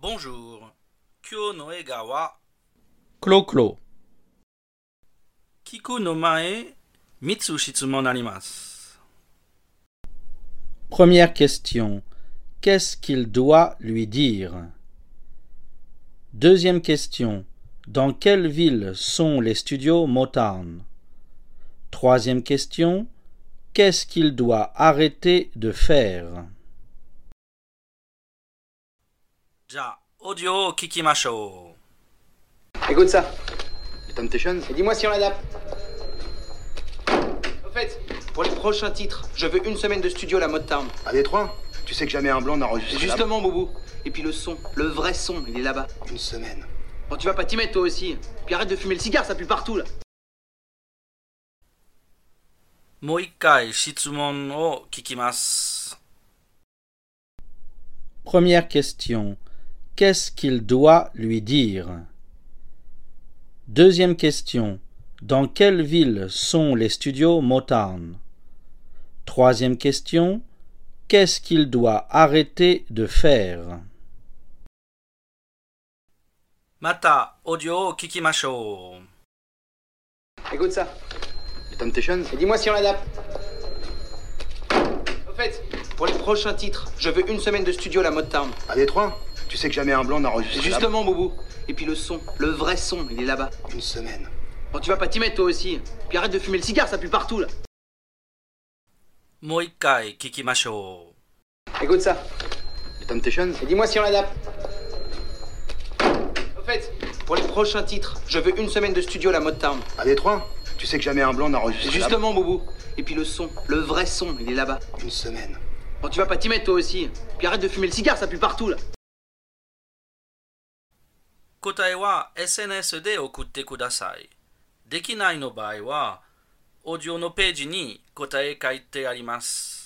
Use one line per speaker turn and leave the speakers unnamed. Bonjour. Kyo no e ga wa
クロクロ、
kiku no mae mitsu shitsumon arimasu.
première question. Qu'est-ce qu'il doit lui dire Deuxième question. Dans quelle ville sont les studios Motown Troisième question. Qu'est-ce qu'il doit arrêter de faire
じゃあ、オーディオを聞きましょ
Écoute ça.
Les Temptations
Et dis-moi si on l'adapte. Au fait, pour les prochains titres, je veux une semaine de studio à la mode town.
À Détroit Tu sais que jamais un blanc n'a enregistré.
C'est justement, Boubou. Et puis le son, le vrai son, il est là-bas.
là-bas. Une semaine.
Bon, tu vas pas t'y mettre toi aussi. Puis arrête de fumer le cigare, ça pue partout là.
う。もう一回質問を聞きます。
Première question. Qu'est-ce qu'il doit lui dire Deuxième question. Dans quelle ville sont les studios Motown Troisième question. Qu'est-ce qu'il doit arrêter de faire
また、オーディオを聞きましょう。
Écoute ça.
Les Temptations
Et dis-moi si on l'adapte. Au fait, pour les prochains titres, je veux une semaine de studio à la mode town.
À Détroit Tu sais que jamais un blanc n'a enregistré.
C'est
là-bas.
justement, Boubou. Et puis le son, le vrai son, il est là-bas.
Une semaine.
Bon, tu vas pas t'y mettre toi aussi. Puis arrête de fumer le cigare, ça pue partout là.
もう一回聞きましょう。
Écoute ça.
Les Temptations
Et dis-moi si on l'adapte. Au fait, pour les prochains titres, je veux une semaine de studio à la mode town.
À Détroit Tu sais que jamais un blanc n'a enregistré.
C'est
là-bas.
justement, Boubou. Et puis le son, le vrai son, il est là-bas.
Une semaine.
Bon, tu vas pas t'y mettre toi aussi. Puis arrête de fumer le cigare, ça pue partout là.
答えは SNS で送ってください。できないの場合は、オーディオのページに答え書いてあります。